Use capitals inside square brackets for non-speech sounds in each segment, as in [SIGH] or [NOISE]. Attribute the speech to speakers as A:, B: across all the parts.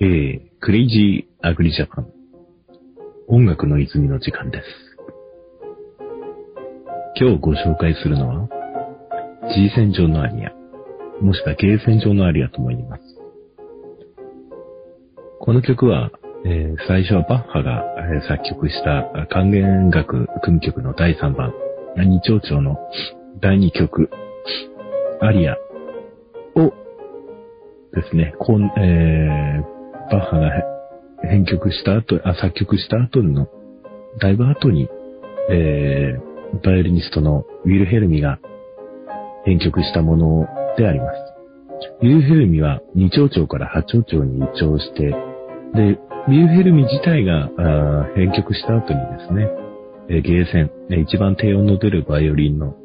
A: えー、クレイジーアグリジャパン。音楽の泉の時間です。今日ご紹介するのは、G 戦場のアリア、もしくは K 戦場のアリアとも言います。この曲は、えー最初はバッハが、えー作曲した管弦楽組曲の第3番、二丁調の第2曲、アリアをですね、こんえー、バッハがへ編曲した後、あ、作曲した後の、だいぶ後に、えー、バイオリニストのウィルヘルミが編曲したものであります。ウィルヘルミは2丁調から8丁調に移調して、で、ウィルヘルミ自体があー編曲した後にですね、えーゲーセン、えー一番低音の出るバイオリンの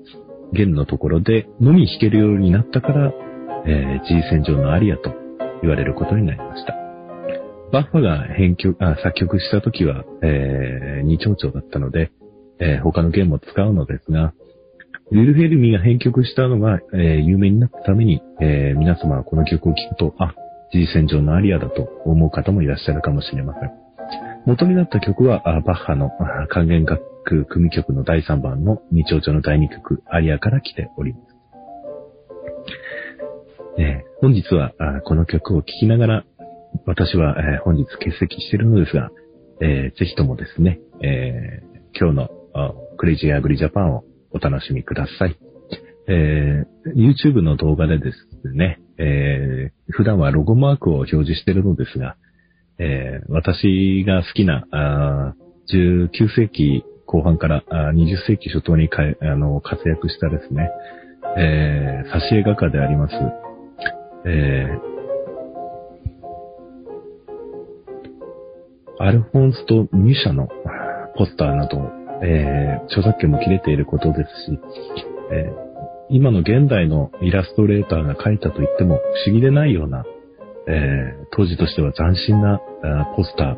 A: 弦のところでのみ弾けるようになったから、えー G 戦場のアリアと言われることになりました。バッハが編曲、あ作曲した時は、えー、二丁調だったので、えー他の弦も使うのですが、ウィルフェルミが編曲したのが、えー有名になったために、えー皆様はこの曲を聴くと、あ、G 戦場のアリアだと思う方もいらっしゃるかもしれません。元になった曲は、あバッハのあ管弦楽組曲の第3番の二丁調の第2曲、アリアから来ております。えー本日はあこの曲を聴きながら、私は、えー本日欠席しているのですが、えーぜひともですね、えー今日のあクレイジーアグリジャパンをお楽しみください。えー YouTube の動画でですね、えー普段はロゴマークを表示しているのですが、えー私が好きな、あー19世紀後半からあー20世紀初頭にかえあの活躍したですね、えー、挿絵画家であります、えーアルフォンスとミュシャのポスターなど、えー著作権も切れていることですし、えー今の現代のイラストレーターが描いたと言っても不思議でないような、えー当時としては斬新なあーポスター、挿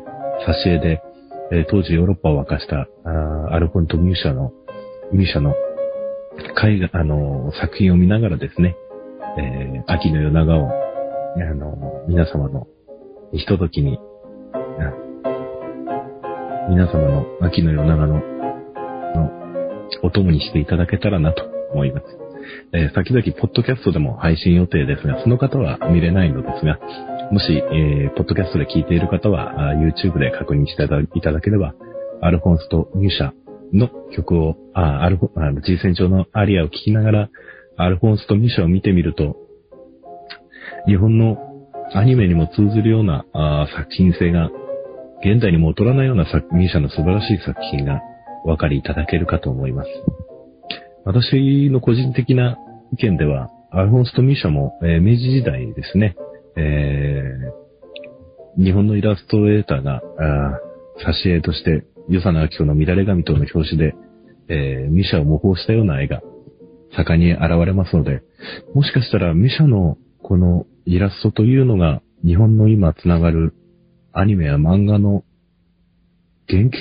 A: 絵で、えー当時ヨーロッパを沸かしたあーアルフォンとミュシャの、ミュシャの絵画、あのー作品を見ながらですね、えー秋の夜長を、あの、皆様の、ひとときに、あ皆様の秋の夜長の、の、お供にしていただけたらなと思います。えー先々、ポッドキャストでも配信予定ですが、その方は見れないのですが、もし、えーポッドキャストで聞いている方は、あ YouTube で確認していただいただければ、アルフォンスとミュシャの曲を、あ、アルフォン、あの、G 戦場のアリアを聴きながら、アルフォンスとミシャを見てみると、日本のアニメにも通ずるようなあー作品性が、現代にも劣らないような作ミシャの素晴らしい作品がお分かりいただけるかと思います。私の個人的な意見では、アルフォンスとミシャも、えー明治時代にですね、えー日本のイラストレーターが、あー挿絵として、与謝野明子の乱れ髪等の表紙で、えーミシャを模倣したような絵が盛んに現れますので、もしかしたらミシャのこのイラストというのが日本の今つながるアニメや漫画の原型、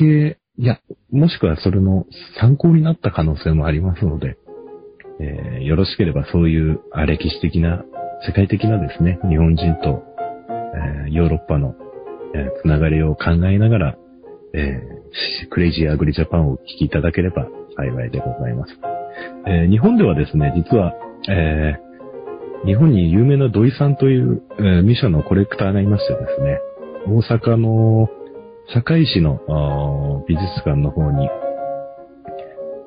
A: いや、もしくはそれの参考になった可能性もありますので、えーよろしければそういうあ歴史的な、世界的なですね、日本人と、えーヨーロッパの、えーつながりを考えながら、えークレイジーアグリジャパンをお聴きいただければ幸いでございます。えー日本ではですね、実は、えー日本に有名な土井さんという、えーミシャのコレクターがいましてですね、大阪の堺市のあー美術館の方に、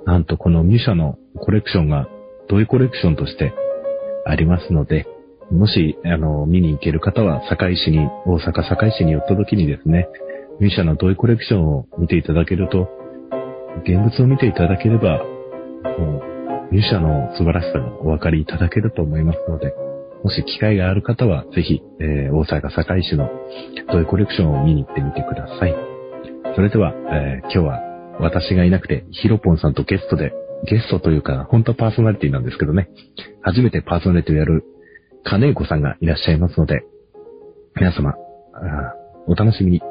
A: なんとこのミシャのコレクションが土井コレクションとしてありますので、もし、あの、見に行ける方は、堺市に、大阪堺市に寄った時にですね、ミシャの土井コレクションを見ていただけると、現物を見ていただければ、もうミュシャの素晴らしさがお分かりいただけると思いますので、もし機会がある方は、ぜひ、えー大阪堺市のトイコレクションを見に行ってみてください。それでは、えー今日は私がいなくて、ヒロポンさんとゲストで、ゲストというか、本当はパーソナリティなんですけどね、初めてパーソナリティをやる金子さんがいらっしゃいますので、皆様、あーお楽しみに。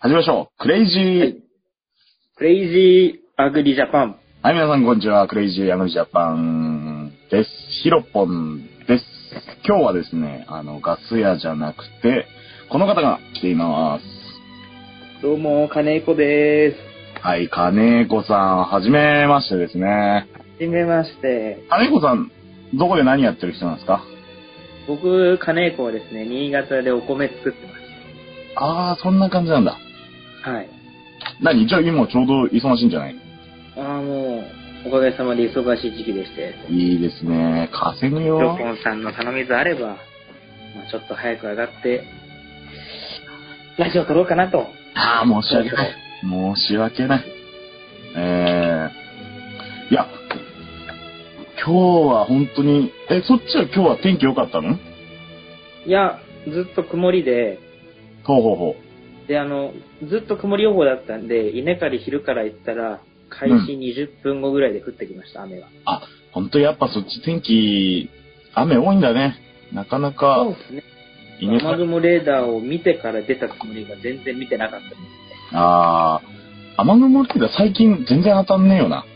B: 始めましょう。クレイジー。
C: クレイジーアグリジャパン。
B: はい、皆さんこんにちは。クレイジーアグリジャパンです。ヒロポンです。今日はですね、あの、ガス屋じゃなくて、この方が来ています。
C: どうも、金子でーす。
B: はい、金子さん、はじめましてですね。
C: はじめまして。
B: 金子さん、どこで何やってる人なんですか
C: 僕、金子はですね、新潟でお米作ってま
B: あー、そんな感じなんだ。
C: す。はい。
B: 何じゃあ今ちょうど忙しいんじゃない
C: ああ、もう、おかげさまで忙しい時期でして、
B: いいですね。稼ぐ
C: ロ
B: よ
C: ポ。ンさんの頼みずあれば、まあ、ちょっと早く上がって、ラジオ撮ろうかなと。
B: ああ、申し訳ない。申し訳ない。えー、いや、今日は本当に、え、そっちは今日は天気良かったの
C: いや、ずっと曇りで、
B: ほうほうほ
C: で、あの、ずっと曇り予報だったんで、稲刈り昼から行ったら、開始20分後ぐらいで降ってきました、雨が。
B: う。本当やっぱそっち天気、雨多いんだね。なかなか
C: そうですね。
B: 稲
C: 雨
B: 刈り、
C: 雲レーダーを見てから出たつもりが全然見てなかったです
B: ああ、雨雲ってだ最近全然当たんねえよな。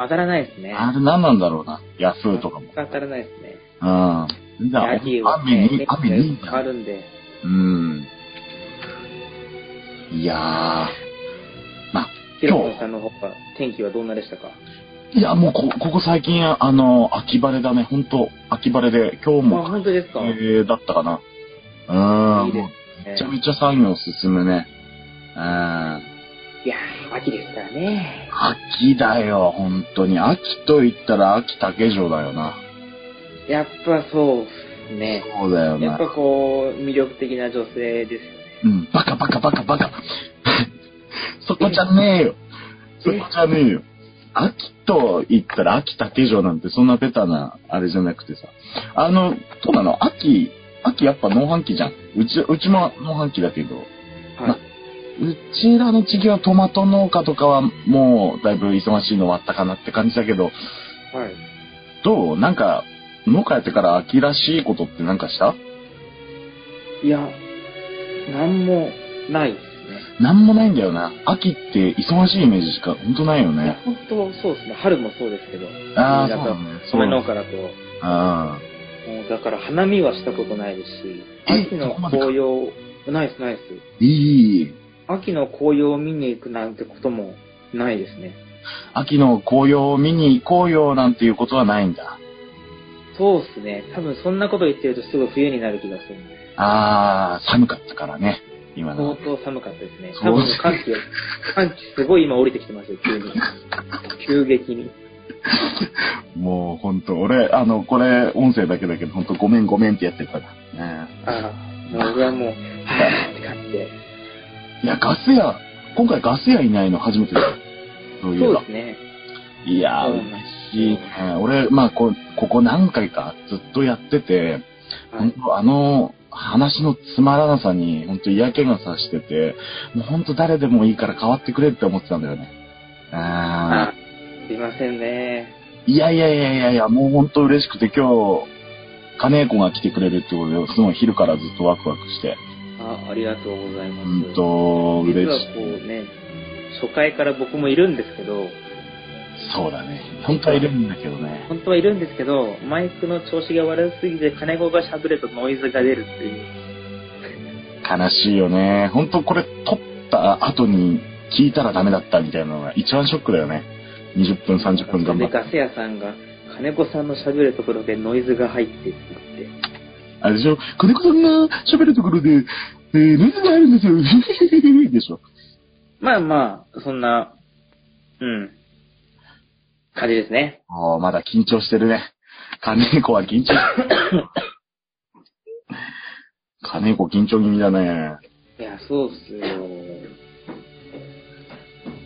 C: 当たらないですね。
B: あれ何なんだろうな。ヤフーとかも。
C: 当たらないですね。
B: うん。全然
C: ヤギは、
B: 雨に、雨にいいんだ
C: 変わるんで。
B: うん。いやー。まあ、
C: ヒロコンさんの方は天気はどんなでしたか
B: いや、もうこ、ここ最近、あの、秋晴れだね。本当秋晴れで、今日
C: あ、
B: も、
C: 本当ですか、
B: えー、だったかな。うーん。
C: いいで
B: もう
C: す
B: め
C: ね
B: ちゃめちゃ作業進むね。うん。
C: いやー、秋ですからね。
B: 秋だよ、本当に。秋と言ったら秋竹城だよな。
C: やっぱそうですね。
B: そうだよ
C: や
B: な
C: っぱ。こう、魅力的な女性ですよね。
B: うん。バカバカバカバカ。 [LAUGHS] そこじゃねえよ。そこじゃねえよ。秋と言ったら秋竹城なんてそんなベタなあれじゃなくてさ。あの、そうなの秋、秋やっぱ農繁期じゃん。うち、うちも農繁期だけど、う
C: は
B: まちらの地域はトマト農家とかはもうだいぶ忙しいの終わったかなって感じだけど、
C: い。はい。
B: どうなんか、農家やってから秋らしいことってなんかした
C: いや、なんもないですね。
B: なんもないんだよな。秋って忙しいイメージしかほんとないよ
C: いや
B: ね。、
C: 本当そうですね。春もそうですけど。
B: ああ、
C: 新
B: そう
C: 潟
B: だね。そう
C: 米
B: だ
C: 農
B: ね。
C: 家だと、
B: ああ。
C: もうだから花見はしたことないですし、
B: え
C: 秋の
B: そこまでか
C: 紅葉、ないですないです。
B: いい。
C: 秋の紅葉を見に行くなんてこともないですね。
B: 秋の紅葉を見に行こうよなんていうことはないんだ。
C: そうですね。多分そんなこと言ってるとすぐ冬になる気がするんで。
B: あー、寒かったからね。今
C: 相
B: の。
C: 当寒かったですね。
B: そ
C: 多
B: う
C: 分寒気、寒気すごい今降りてきてますよ、急に。急激に。
B: もうほんと、俺、あの、これ、音声だけだけど、ほんとごめんごめんってやってるから。ね
C: ああ、もう俺はもう、はぁって感じで。
B: いや、ガス屋、今回ガス屋いないの初めてだよ。そういえ
C: そう
B: ば
C: で。すね。
B: いやー、
C: そう
B: 嬉
C: なんで
B: しいね。俺、まあこ、ここ何回かずっとやってて、
C: は
B: 本
C: い。
B: 当あの、話のつまらなさに、本当嫌気がさしてて、もう本当誰でもいいから変わってくれって思ってたんだよね。あ
C: あすいませんね。
B: ーいやいやいやいやいや、もう本当嬉しくて今日、金子が来てくれるってことで、すごい昼からずっとワクワクして、
C: あありがとうございます。
B: 本当嬉
C: 実は
B: しい。
C: こうね、初回から僕もいるんですけど、
B: そうだね。本当はいるんだけどね。
C: 本当はいるんですけど、マイクの調子が悪すぎて金子が喋るとノイズが出るっていう。
B: 悲しいよね。本当これ撮った後に聞いたらダメだったみたいなのが一番ショックだよね。20分、30分頑張
C: で、
B: って。
C: ガス屋さんが、金子さんの喋るところでノイズが入ってって言って、
B: あれでしょ金子さんが喋るところで、えー、熱があるんですよ。 [LAUGHS] でしょ
C: まあまあ、そんな、うん、感じですね。
B: ああ、まだ緊張してるね。金子は緊張してる。金子緊張気味だね。
C: いや、そうっすよ。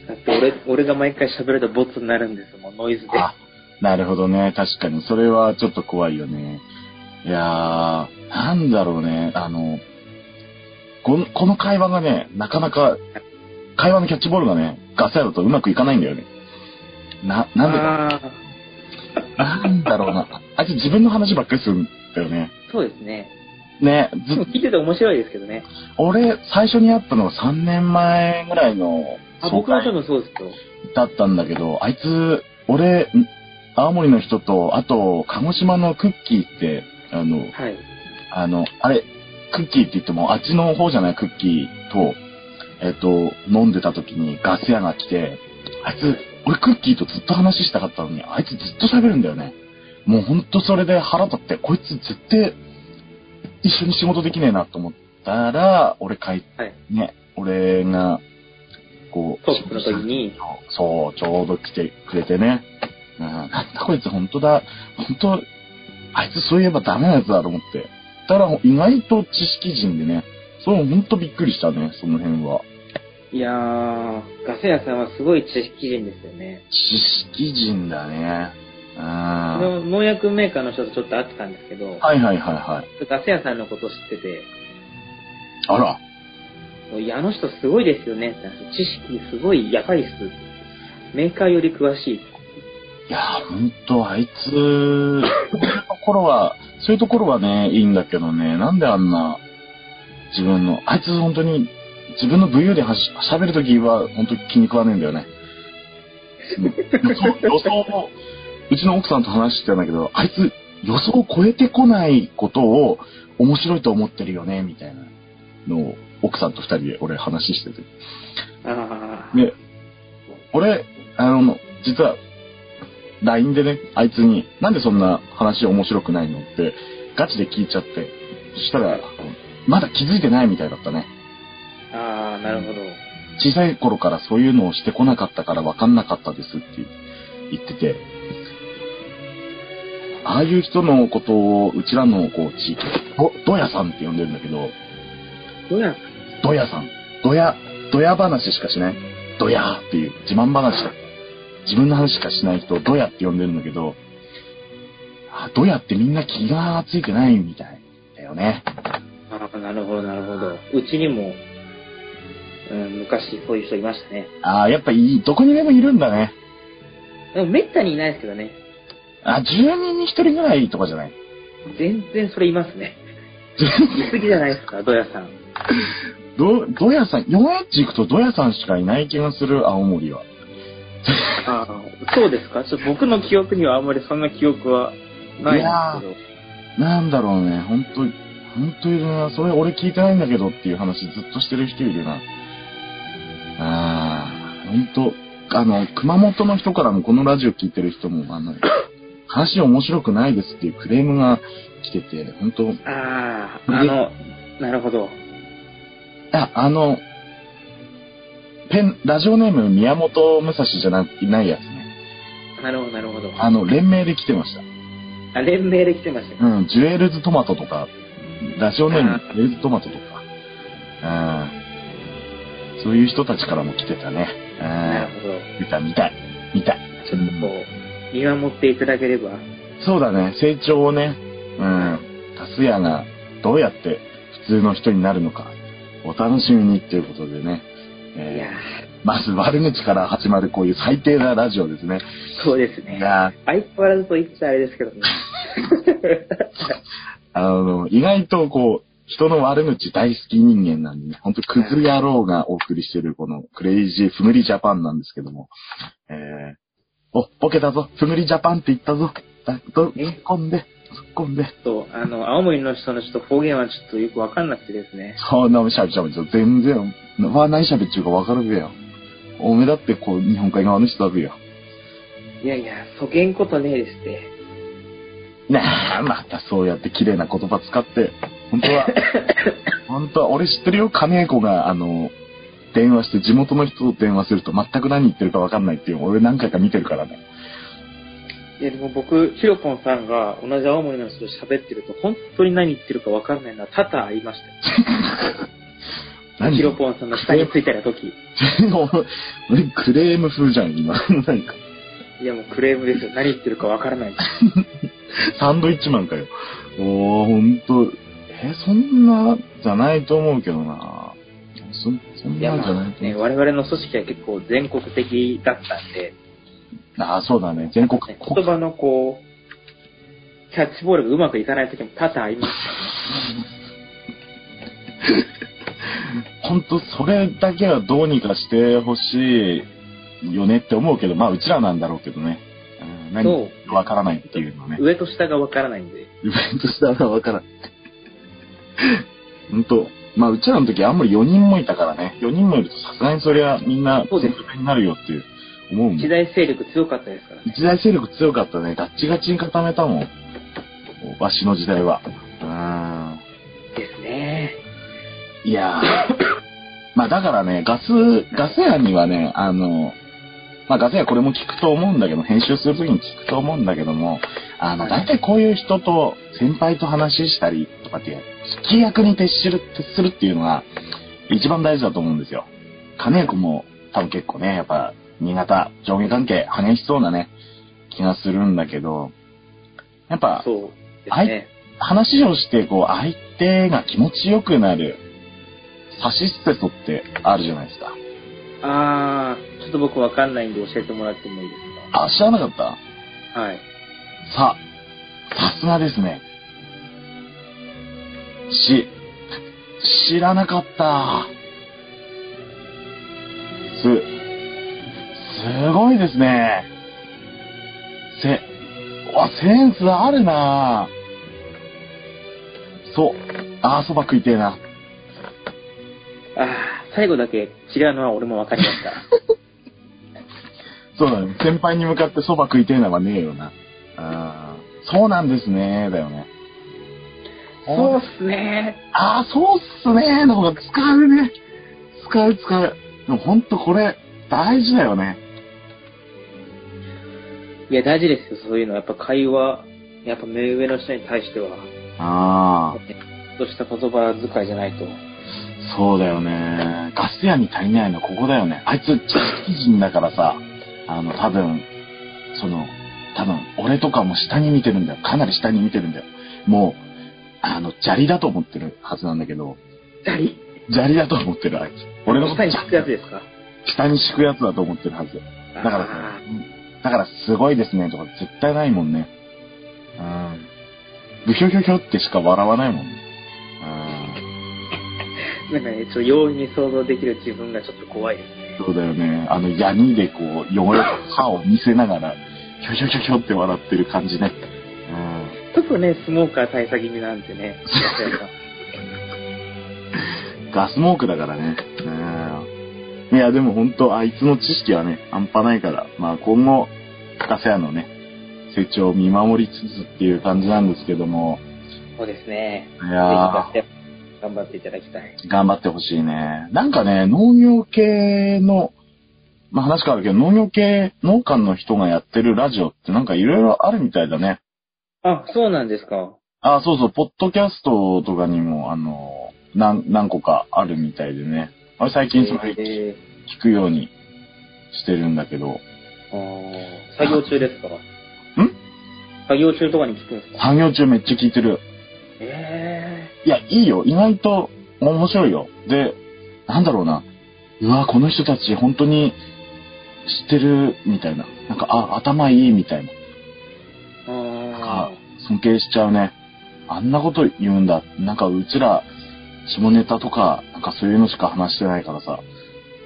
C: だって俺、俺が毎回喋るとボツになるんですもん、ノイズで。
B: あ、なるほどね。確かに。それはちょっと怖いよね。いやー、なんだろうね。あの、このこの会話がね、なかなか、会話のキャッチボールがね、ガサやだとうまくいかないんだよね。な、なんでか
C: ああ、
B: なんだろうな。あいつ自分の話ばっかりするんだよね。
C: そうですね。
B: ね、
C: でも
B: ず、
C: 聞いてて面白いですけどね。
B: 俺、最初に会ったのが3年前ぐらいの
C: あ
B: 総
C: 僕も
B: 会
C: 多分そうですよ。
B: だったんだけど、あいつ、俺、ん青森の人と、あと、鹿児島のクッキーって、あの、
C: はい。
B: あの、あれ、クッキーって言っても、あっちの方じゃないクッキーと、えっと、飲んでた時にガス屋が来て、あいつ、俺クッキーとずっと話したかったのに、あいつずっと喋るんだよね。もうほんとそれで腹立って、こいつ絶対、一緒に仕事できねえなと思ったら、俺帰っ、
C: はい
B: ね、俺が、こう、
C: トップの時に、
B: そう、ちょうど来てくれてね。うん、なんだこいつ本当だ、本当、あいつそういえばダメなやつだと思って。たら意外と知識人でね、そう本当びっくりしたね、その辺は。
C: いやー、ガセ屋さんはすごい知識人ですよね。
B: 知識人だね。うん。
C: そ
B: は
C: の農薬メーカーの人とちょっと会ってたんですけど、
B: いはいはいはい。
C: ガセ屋さんのこと知ってて、
B: あら、
C: いや、あの人すごいですよねって話。知識すごい、やばいっす。メーカーより詳しい。
B: いや、本当あいつ、そういうところは、そういうところはね、いいんだけどね、なんであんな、自分の、あいつ本当に、自分の武勇ではし喋るときは、本当に気に食わねえんだよね。予想予想を、うちの奥さんと話してたんだけど、あいつ、予想を超えてこないことを、面白いと思ってるよね、みたいなのを、奥さんと二人で俺話してて。
C: あー。
B: で、俺、あの、実は、LINE でね、あいつに、なんでそんな話面白くないのって、ガチで聞いちゃって、そしたら、あのまだ気づいてないみたいだったね。
C: あー、なるほど。
B: 小さい頃からそういうのをしてこなかったから分かんなかったですって言ってて、ああいう人のことを、うちらのこう、地域、ど、どやさんって呼んでるんだけど、
C: どうや
B: どやさん。どや、どや話しかしない。どやーっていう自慢話だ。自分の話しかしない人をどやって呼んでるんだけど、あどやってみんな気がついてないみたいだよね。
C: あーなるほど、なるほど。うちにも、うん、昔そういう人いましたね。
B: ああ、やっぱいい、どこにでもいるんだね。
C: でもめったにいないですけどね。
B: あ、10人に1人ぐらいとかじゃない
C: 全然それいます [LAUGHS] ね。言い過ぎじゃないですか、ドヤさん。
B: ど、どやさん、4エッチ行くとどやさんしかいない気がする、青森は。
C: あーそうですかちょっと僕の記憶にはあんまりそんな記憶はないんですけど。
B: なんだろうね、ほんと、ほんといるな。それ俺聞いてないんだけどっていう話ずっとしてる人いるな。あー、ほんと、あの、熊本の人からもこのラジオ聞いてる人も、あの、 [COUGHS] 話面白くないですっていうクレームが来てて、ほんと、
C: ああ、あの、なるほど。
B: あ、あの、ペン、ラジオネーム宮本武蔵じゃな、いないやつね。
C: なるほど、なるほど。
B: あの、連名で来てました。
C: あ、連名で来てましたか
B: うん、ジュエルズトマトとか、ラジオネームジュエルズトマトとか、あーそういう人たちからも来てたね。
C: な
B: あ
C: るほど。
B: ー見た、見たい、見たい。
C: ちょっとこう、見守っていただければ。
B: そうだね、成長をね、うん、タスヤがどうやって普通の人になるのか、お楽しみにっていうことでね、
C: いやー
B: えーまず悪口から始まるこういう最低なラジオですね。
C: そうです
B: い
C: ね。
B: やー
C: 相変わらずと言ってたらあれですけどね。
B: あの、意外とこう、人の悪口大好き人間なんでね、ほんとクズ野郎がお送りしてるこのクレイジーフムリジャパンなんですけども、えー、お、ボケたぞ、フムリジャパンって言ったぞ、だど突っ込んで、突っ込んで、
C: ちょっと、あの、青森の人のちょっと方言はちょっとよくわかんなくてですね。
B: そんなしゃべしゃべしゃべ、全然、わ、何しゃべっちゅうかわかるべよ。おめだってこう、日本海側の人だべよ。
C: いやいや、そげんことねえですって。
B: なあ、またそうやって綺麗な言葉使って、本当
C: [LAUGHS]
B: は、本当は、俺知ってるよ、金子が、あの、電話して、地元の人と電話すると全く何言ってるか分かんないっていう、俺何回か見てるからね。
C: いや、でも僕、ヒロポンさんが同じ青森の人と喋ってると、本当に何言ってるかわかんないのは多々ありましたよ。
B: 何
C: ヒロポンさんの下についてた時。
B: [LAUGHS] 俺、クレーム風じゃん、今。 [LAUGHS] なんか、
C: いや、もうクレームですよ。何言ってるかわから
B: [LAUGHS]
C: ない。
B: サンドイッチマンかよ。おー、ほんと、え、そんな、じゃないと思うけどな。そ、そん
C: いや、
B: な
C: ま
B: じゃない
C: あ
B: と
C: ね、
B: 思う。
C: 我々の組織は結構全国的だったんで、
B: ああ、そうだね。全国、
C: ね言葉のこう、キャッチボールがうまくいかない時も多々あります。
B: 本当それだけはどうにかしてほしいよねって思うけど、まあうちらなんだろうけどね。うん、何
C: そ
B: かわからないっていうのね。
C: 上と下がわからないんで。
B: イベントしたらわからん。本当まあうちらの時あんまり4人もいたからね。4人もいるとさすがにそりゃみんな
C: そうです
B: それになるよっていう思うもん。
C: 一大勢力強かったですからね。
B: 一大勢力強かったね。ガッチガチに固めたもん。わしの時代は。
C: ですね。
B: うん。い [COUGHS] やー。まあだからね、ガス、ガス屋にはね、あの、まあガス屋これも聞くと思うんだけど、編集するときに聞くと思うんだけども、あの、大体こういう人と先輩と話したりとかって、聞き役に徹する徹するっていうのが一番大事だと思うんですよ。金子も多分結構ね、やっぱ新潟上下関係激しそうなね、気がするんだけど、やっぱ
C: そうです
B: はい
C: ね。
B: 話をしてこう相手が気持ちよくなる差し捨てそってあるじゃないですか。
C: あー、ちょっと僕わかんないんで教えてもらってもいいで
B: あ、知らなかった
C: すかはい。
B: さ、さすがですね。し、知らなかった。す、すごいですね。せ、わ、センスあるなそう、あーそば食いてえな。
C: あー、最後だけ違うのは俺もわかりました。
B: そうだね。先輩に向かってそば食いてえなはねえよな。あーそうなんですね、だよね。
C: [LAUGHS] そうっすね。
B: ああ、そうっすねーの方が使うね。使う使う。でもほんとこれ、大事だよね。
C: いや、大事ですよ、そういうの。やっぱ会話、やっぱ目上の人に対しては、
B: あ
C: ちょっとした言葉遣いじゃないと。
B: あ、そうだよね。ガス屋に足りないのはここだよね。あいつ、知識人だからさ、あの、多分、その、多分、俺とかも下に見てるんだよ。かなり下に見てるんだよ。もう、あの、砂利だと思ってるはずなんだけど、
C: 二人
B: 砂利だと思ってるあいつ。俺のこと
C: 下に引くやつですか
B: 下に敷くやつだと思ってるはず。だから
C: あー、
B: だからすごいですねとか絶対ないもんね。うん。ブヒョヒョヒョってしか笑わないもんね。
C: なんかね、ちょっと容易に想像できる自分がちょっと怖いですね。
B: うん。そうだよね。あの闇でこう汚れた歯を見せながら、ヒョヒョヒョヒョって笑ってる感じね。うん。
C: ちょっとね、スモーカー大佐気味なんてね、安谷さん
B: ガスモークだからね。うん。いや、でも本当あいつの知識はね、半端ないから、まあ今後、ガセアのね、成長を見守りつつっていう感じなんですけども、
C: [LAUGHS] そうですね。
B: いやー
C: ぜひ活躍頑張っていただきたい。
B: 頑張ってほしいね。なんかね、農業系の、まあ、話変わるけど、農業系、農家の人がやってるラジオってなんかいろいろあるみたいだね。
C: あ、そうなんですか。
B: あ、そうそう、ポッドキャストとかにも、あの、何、何個かあるみたいでね。俺最近それ聞
C: え
B: くようにしてるんだけど、
C: ーあー作業中ですか
B: ん
C: 作業中とかに聞くんですか
B: 作業中めっちゃ聞いてる。
C: え
B: いや、いいよ。意外と面白いよ。で、なんだろうな。うわ、この人たち本当に知ってるみたいな。なんか、あ、頭いいみたいな。
C: ー。あ
B: か尊敬しちゃうね。あんなこと言うんだ。なんかうちら、下ネタとか、なんかそういうのしか話してないからさ。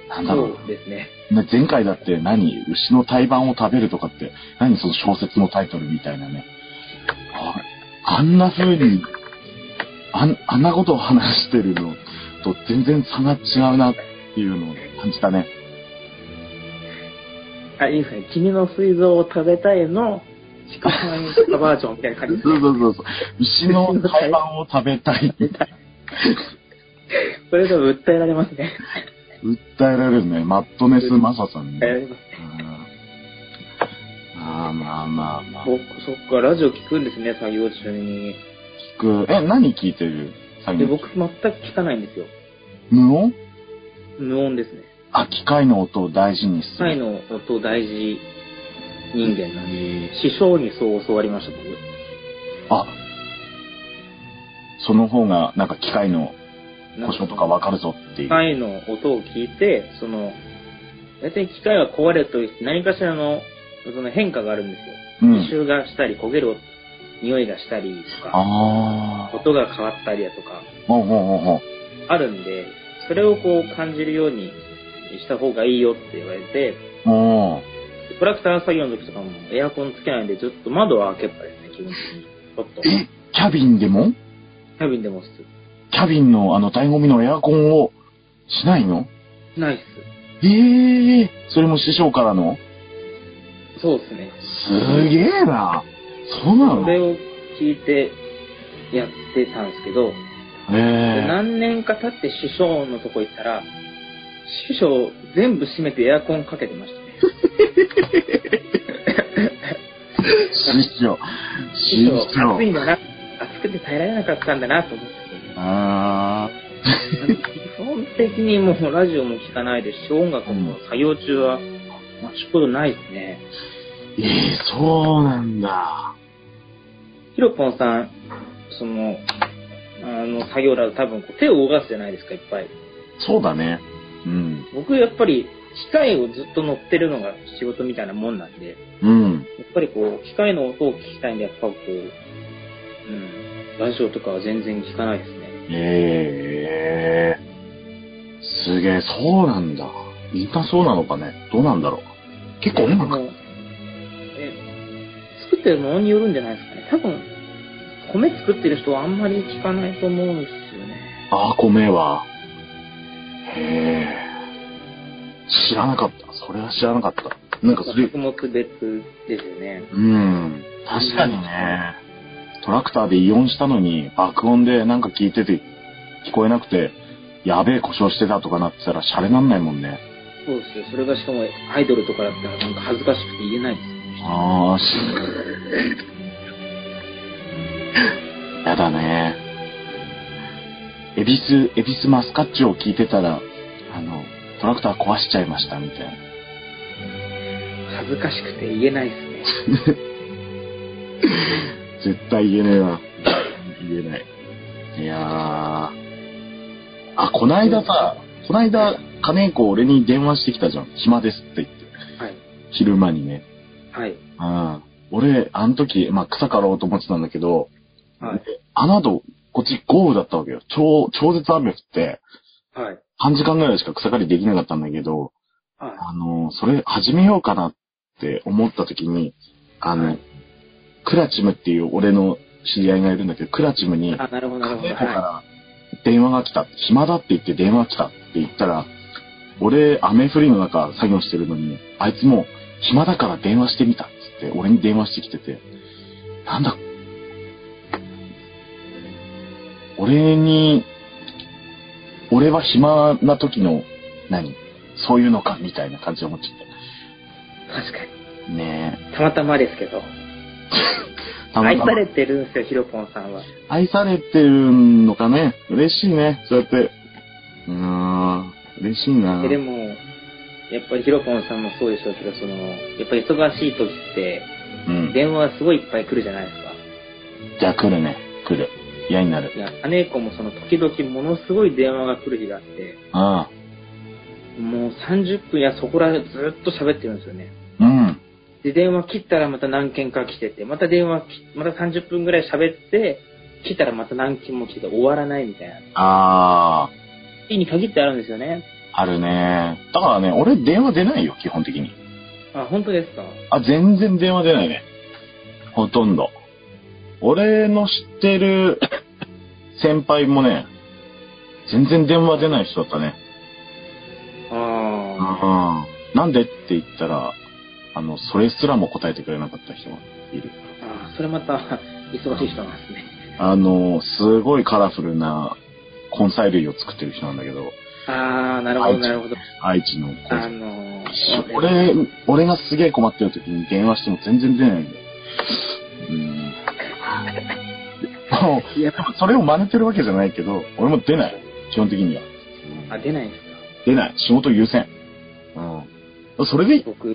B: なん
C: ー
B: だろう。
C: そうですね。
B: ね前回だって何牛の胎盤を食べるとかって、何その小説のタイトルみたいなね。ああんな風に、あん、あんなことを話してるのと全然差が違うなっていうのを感じたね。
C: あ、いいですね。君の水臓を食べたいの、ちくさんとかバージョンみたいな
B: そ
C: 感
B: う
C: じ
B: そうそうそう。牛の胎盤を食べたい。
C: それでも訴えられますね。 [LAUGHS]
B: 訴えられるね。マットネスマサさんに
C: 訴えら
B: ね。
C: れます。
B: ああ、まあまあまあ。
C: そそっか、ラジオ聞くんですね、作業中に。
B: 聞く。え、何聞いてる最
C: で、
B: 近。
C: 僕全く聞かないんですよ。
B: 無音
C: 無音ですね。
B: あ、機械の音を大事にす
C: サイ
B: る。
C: の音大事人間なんで、師匠にそう教わりました、僕。
B: あ、その方が、なんか機械の故障とかわかるぞっていう。
C: サイの音を聞いて、その、大体機械は壊れと何かしらのその変化があるんですよ。
B: うん。
C: 異臭がしたり、焦げる音匂いがしたりとか、
B: ああ。
C: 音が変わったりだとか、
B: ほうほうほうほう。
C: あるんで、それをこう感じるようにした方がいいよって言われて、
B: あ
C: プラクター作業の時とかもエアコンつけないで、ちょっと窓は開けっぱですね、基本的に。ち
B: [LAUGHS]
C: ょっと、
B: ーえ、キャビンでも
C: キャビンでもす
B: キャビンのあの、醍醐味のエアコンをしないの
C: ナイス。
B: ええそれも師匠からの
C: そうですね。
B: すげえな。そうな
C: そ
B: の
C: れ
B: え
C: を聞いてやってたんですけど、で
B: え
C: 何年か経って首相のとこ行ったら、首相全部閉めてエアコンかけてましたね。
B: 師匠。師
C: 首相
B: 匠
C: 暑。いんだな。暑くて耐えられなかったんだなと思って。
B: あ
C: 基本的にもうラジオも聞かないですし、音楽も作業中は聞くことないですね。
B: ーええそうなんだ。
C: ヒロポンさん、その、あの、作業だと多分こう手を動かすじゃないですか、いっぱい。
B: そうだね。うん。
C: 僕やっぱり機械をずっと乗ってるのが仕事みたいなもんなんで、
B: うん。
C: やっぱりこう、機械の音を聞きたいんで、やっぱこう、うん、ラジオとかは全然聞かないですね。
B: ええすげえ、そうなんだ。みんなそうなのかね。どうなんだろう。結構音楽。
C: もうえ作ってるものによるんじゃないですかね。多分、米作ってる人はあんまり聞かないと思うんですよね。
B: ああ、米は。へえ。知らなかった。それは知らなかった。なんかそれ、
C: 作物別ですよね。
B: うん。確かにね。トラクターで異音したのに、爆音でなんか聞いてて、聞こえなくて、やべえ故障してたとかなってたら、シャレなんないもんね。
C: そうですよ。それがしかもアイドルとかだったらなんか恥ずかしくて言えないですよ。
B: ああ、しやだね。エビス、エビスマスカッチを聞いてたら、あの、トラクター壊しちゃいました、みたいな。
C: 恥ずかしくて言えないですね。
B: 絶対言えねえな。言えない。いやー。あ、こないださ、こないだ、金子俺に電話してきたじゃん。暇ですって言って。
C: はい。
B: 昼間にね。
C: はい。
B: うん。俺、あの時、まあ、草刈ろうと思ってたんだけど、
C: はい。
B: あの後、こっち豪雨だったわけよ。超、超絶雨降って、
C: はい。
B: 半時間ぐらいしか草刈りできなかったんだけど、
C: は
B: あの、それ始めようかなって思った時に、あ
C: は
B: の
C: い、
B: クラチムっていう俺の知り合いがいるんだけど、クラチムに
C: い。、あ、なるほど、な
B: カ
C: る
B: フェ
C: ほど。
B: とか
C: はい。
B: ら電話が来た。暇だって言って電話来たって言ったら、俺、雨降りの中作業してるのに、あいつも暇だから電話してみたっつって、俺に電話してきてて、なんだ、俺に、俺は暇な時の、何そういうのかみたいな感じで思っちゃっ
C: 確かに。
B: て。ねえ。
C: たまたまですけど。
B: たま
C: 愛
B: た
C: さ
B: ま
C: れてるんですよ、ヒロポンさんは。
B: 愛されてるのかね嬉しいね。そうやって。うーん。嬉しいな。
C: えでも、やっぱりヒロポンさんもそうでしょうけど、その、やっぱり忙しい時って、
B: うん。
C: 電話すごいいっぱい来るじゃないですか。
B: じゃあ来るね。来る。嫌になる
C: い。や、姉子もその時々ものすごい電話が来る日があって、
B: あ
C: もう30分やそこらずっと喋ってるんですよね。
B: あ。うん。
C: で、電話切ったらまた何件か来てて、また電話き、また30分ぐらい喋って、来たらまた何件も来てて終わらないみたいな。
B: あ
C: 日に限ってあるんですよね。
B: あ。あるね。だからね、俺電話出ないよ、基本的に。
C: あ、本当ですか
B: あ、全然電話出ないね。ほとんど。俺の知ってる [COUGHS] 先輩もね、全然電話出ない人だったね。うん。
C: あ
B: なんでって言ったら、あの、それすらも答えてくれなかった人がいる。
C: ーあー、それまた [LAUGHS] 忙しい人なんですね。
B: あの、すごいカラフルな根菜類を作ってる人なんだけど、
C: ああ、なるほど、なるほど。
B: 愛知の根菜
C: あのー、
B: 俺、俺がすげえ困ってる時に電話しても全然出ないんだよ。うん。も
C: いや、
B: う、それを真似てるわけじゃないけど、俺も出ない。基本的には。
C: あ、出ないんですか
B: 出ない。仕事優先。うん。それでい
C: 僕、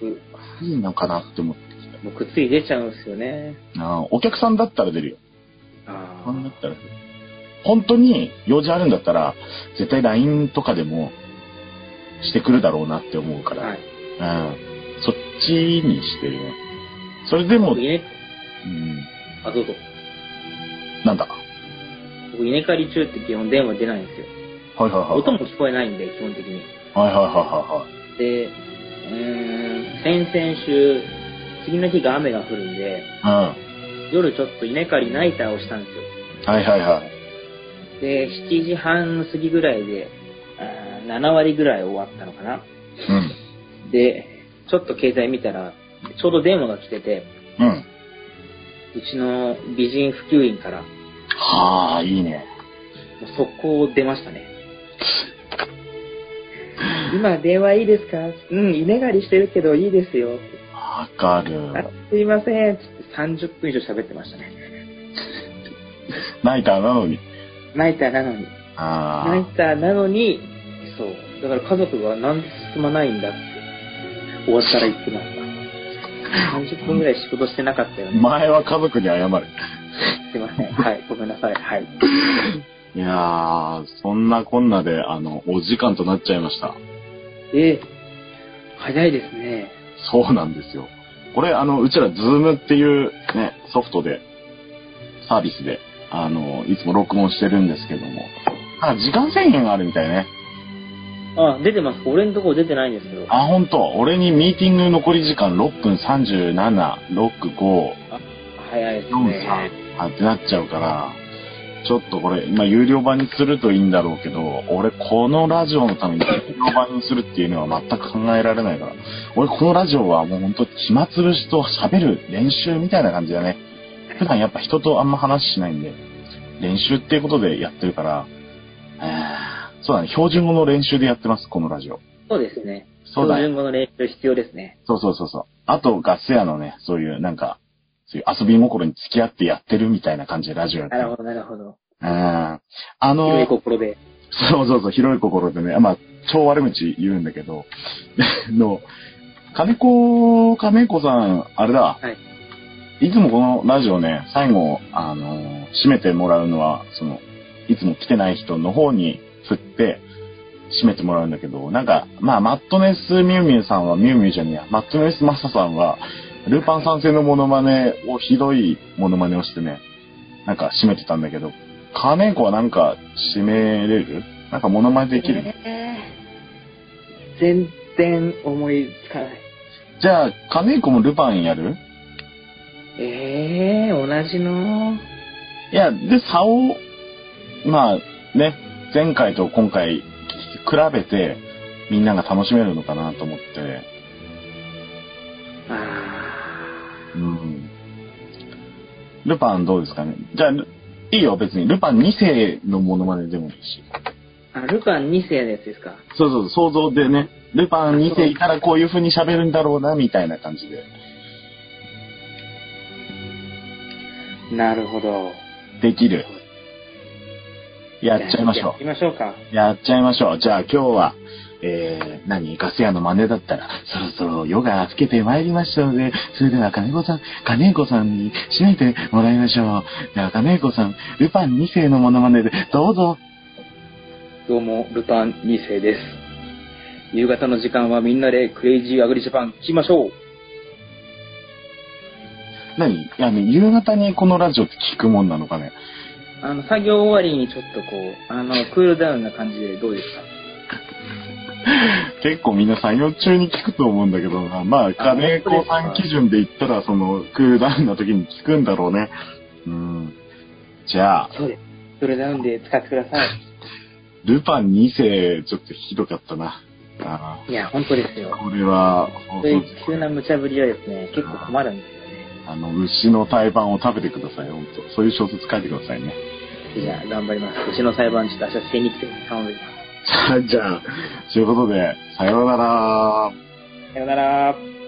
B: いのかなって思ってき
C: 僕つい出ちゃうんですよね。
B: た。あーお客さんだったら出るよ。
C: あ
B: ファンだ
C: あ
B: っ、たら出る。本当に用事あるんだったら、絶対 LINE とかでもしてくるだろうなって思うから。
C: はい。
B: うん。そっちにしてるね。それでも、
C: 僕稲、
B: うん。
C: あ、どうぞ。
B: なんだ
C: 僕稲刈り中って基本電話出ないんですよ。
B: はいはいはい。
C: 音も聞こえないんで、基本的に。
B: はいはいはいは
C: で、うーん、先々週、次の日が雨が降るんで、
B: いはい。
C: 夜ちょっと稲刈りナイターをしたんですよ。
B: うん。はいはいはい。
C: で、7時半過ぎぐらいで、あー7割ぐらい終わったのかな。
B: うん。
C: で、ちょっと携帯見たら、ちょうど電話が来てて、
B: うん。
C: うちの美人普及員から、も
B: はあ、いいね。
C: う速攻出ましたね。 [LAUGHS] 今電話いいですかうん、稲刈りしてるけどいいですよ。
B: わか
C: あ
B: る。
C: すいません。つって30分以上喋ってましたね。
B: ナイターなのに。
C: ナイターなのに。
B: あ
C: ナイターなのに、そう。だから家族がなんで進まないんだって、終わったら言ってました。30分ぐらい仕事してなかったよ
B: あ。
C: ね。
B: 前は家族に謝る。
C: すいま [LAUGHS] せん。はい。ごめんなさい。はい。
B: いやー、そんなこんなで、あの、お時間となっちゃいました。
C: えー、早いですね。
B: そうなんですよ。これ、あの、うちら、ズームっていうね、ソフトで、サービスで、あの、いつも録音してるんですけども、あ、時間制限があるみたいね。
C: あ、出てます。俺のところ出てないんですけど。
B: あ、ほんと、俺にミーティング残り時間6分37、6、5、
C: 早いです
B: 4、
C: ね。
B: 3あってなっちゃうから、ちょっとこれ、今、有料版にするといいんだろうけど、俺、このラジオのために有料版にするっていうのは全く考えられないから、俺、このラジオはもうほんと、暇つぶしと喋る練習みたいな感じだね。普段やっぱ人とあんま話しないんで、練習っていうことでやってるから、えーそうだね、標準語の練習でやってます、このラジオ。
C: そうですね。
B: そうだ
C: 標
B: ね
C: 準語の練習必要ですね。
B: そうそうそうそう。あと、ガス屋のね、そういう、なんか、そういう遊び心に付き合ってやってるみたいな感じでラジオやって
C: なる
B: る。
C: ほど、なるほど。
B: うん。あ
C: 良い
B: の、
C: 心で。
B: そうそうそう、広い心でね、まあ、超悪口言うんだけど、 [LAUGHS] の、金子、亀子さん、あれだ。
C: はい。
B: いつもこのラジオね、最後、あの、締めてもらうのは、その、いつも来てない人の方に振って、締めてもらうんだけど、なんか、まあ、マットネスミュウミュウさんは、ミュウミュウじゃねえや、マットネスマサさんは、ルーパン三世のモノマネを、ひどいモノマネをしてね、なんか締めてたんだけど、カーネンコはなんか締めれるなんかモノマネできる、
C: えー全然思いつかない。
B: じゃあ、カーネンコもルパンやる
C: ええー、同じの。
B: いや、で、差を、まあね、前回と今回比べて、みんなが楽しめるのかなと思って、
C: あ
B: うん。ルパンどうですかねじゃあ、ルいいよ、別に。ルパン2世のモノマネでもいいし。
C: ーあ。ルパン2世のやつですか。
B: そうそう、想像でね、ルパン2世いたらこういう風に喋るんだろうな、みたいな感じで。
C: なるほど。
B: できる。やっちゃいましょう
C: やっ。ちゃいましょうか。
B: やっちゃいましょう。じゃあ今日は、えー、何ガス屋の真似だったら、そろそろ夜が更けてまいりましたので、それでは金子さん、金子さんに締めてもらいましょう。では金子さん、ルパン2世のモノマネで、どうぞ。
C: どうも、ルパン2世です。夕方の時間はみんなでクレイジーアグリジャパン聞きましょう。
B: 何あの、夕方にこのラジオって聞くもんなのかね。
C: あの、作業終わりにちょっとこう、あの、クールダウンな感じでどうですか
B: 結構みんな作業中に聞くと思うんだけどな。まあ、金子さん基準で言ったら、その、クールダウンの時に聞くんだろうね。うん。じゃあ、
C: そうです。クールダウンで使ってください。
B: ルパン2世、ちょっとひどかったな。あー
C: いや、本当ですよ。
B: これは、
C: そういう急な無茶ぶりはですね、結構困るんですよ
B: あの、牛の胎盤を食べてください、本当そういう小説書いてくださいね。
C: ね。いや、頑張ります。うちの裁判所と明日精肉店に頼んでいま
B: [LAUGHS] じゃあ、ということで、さようなら。
C: す。さよなら。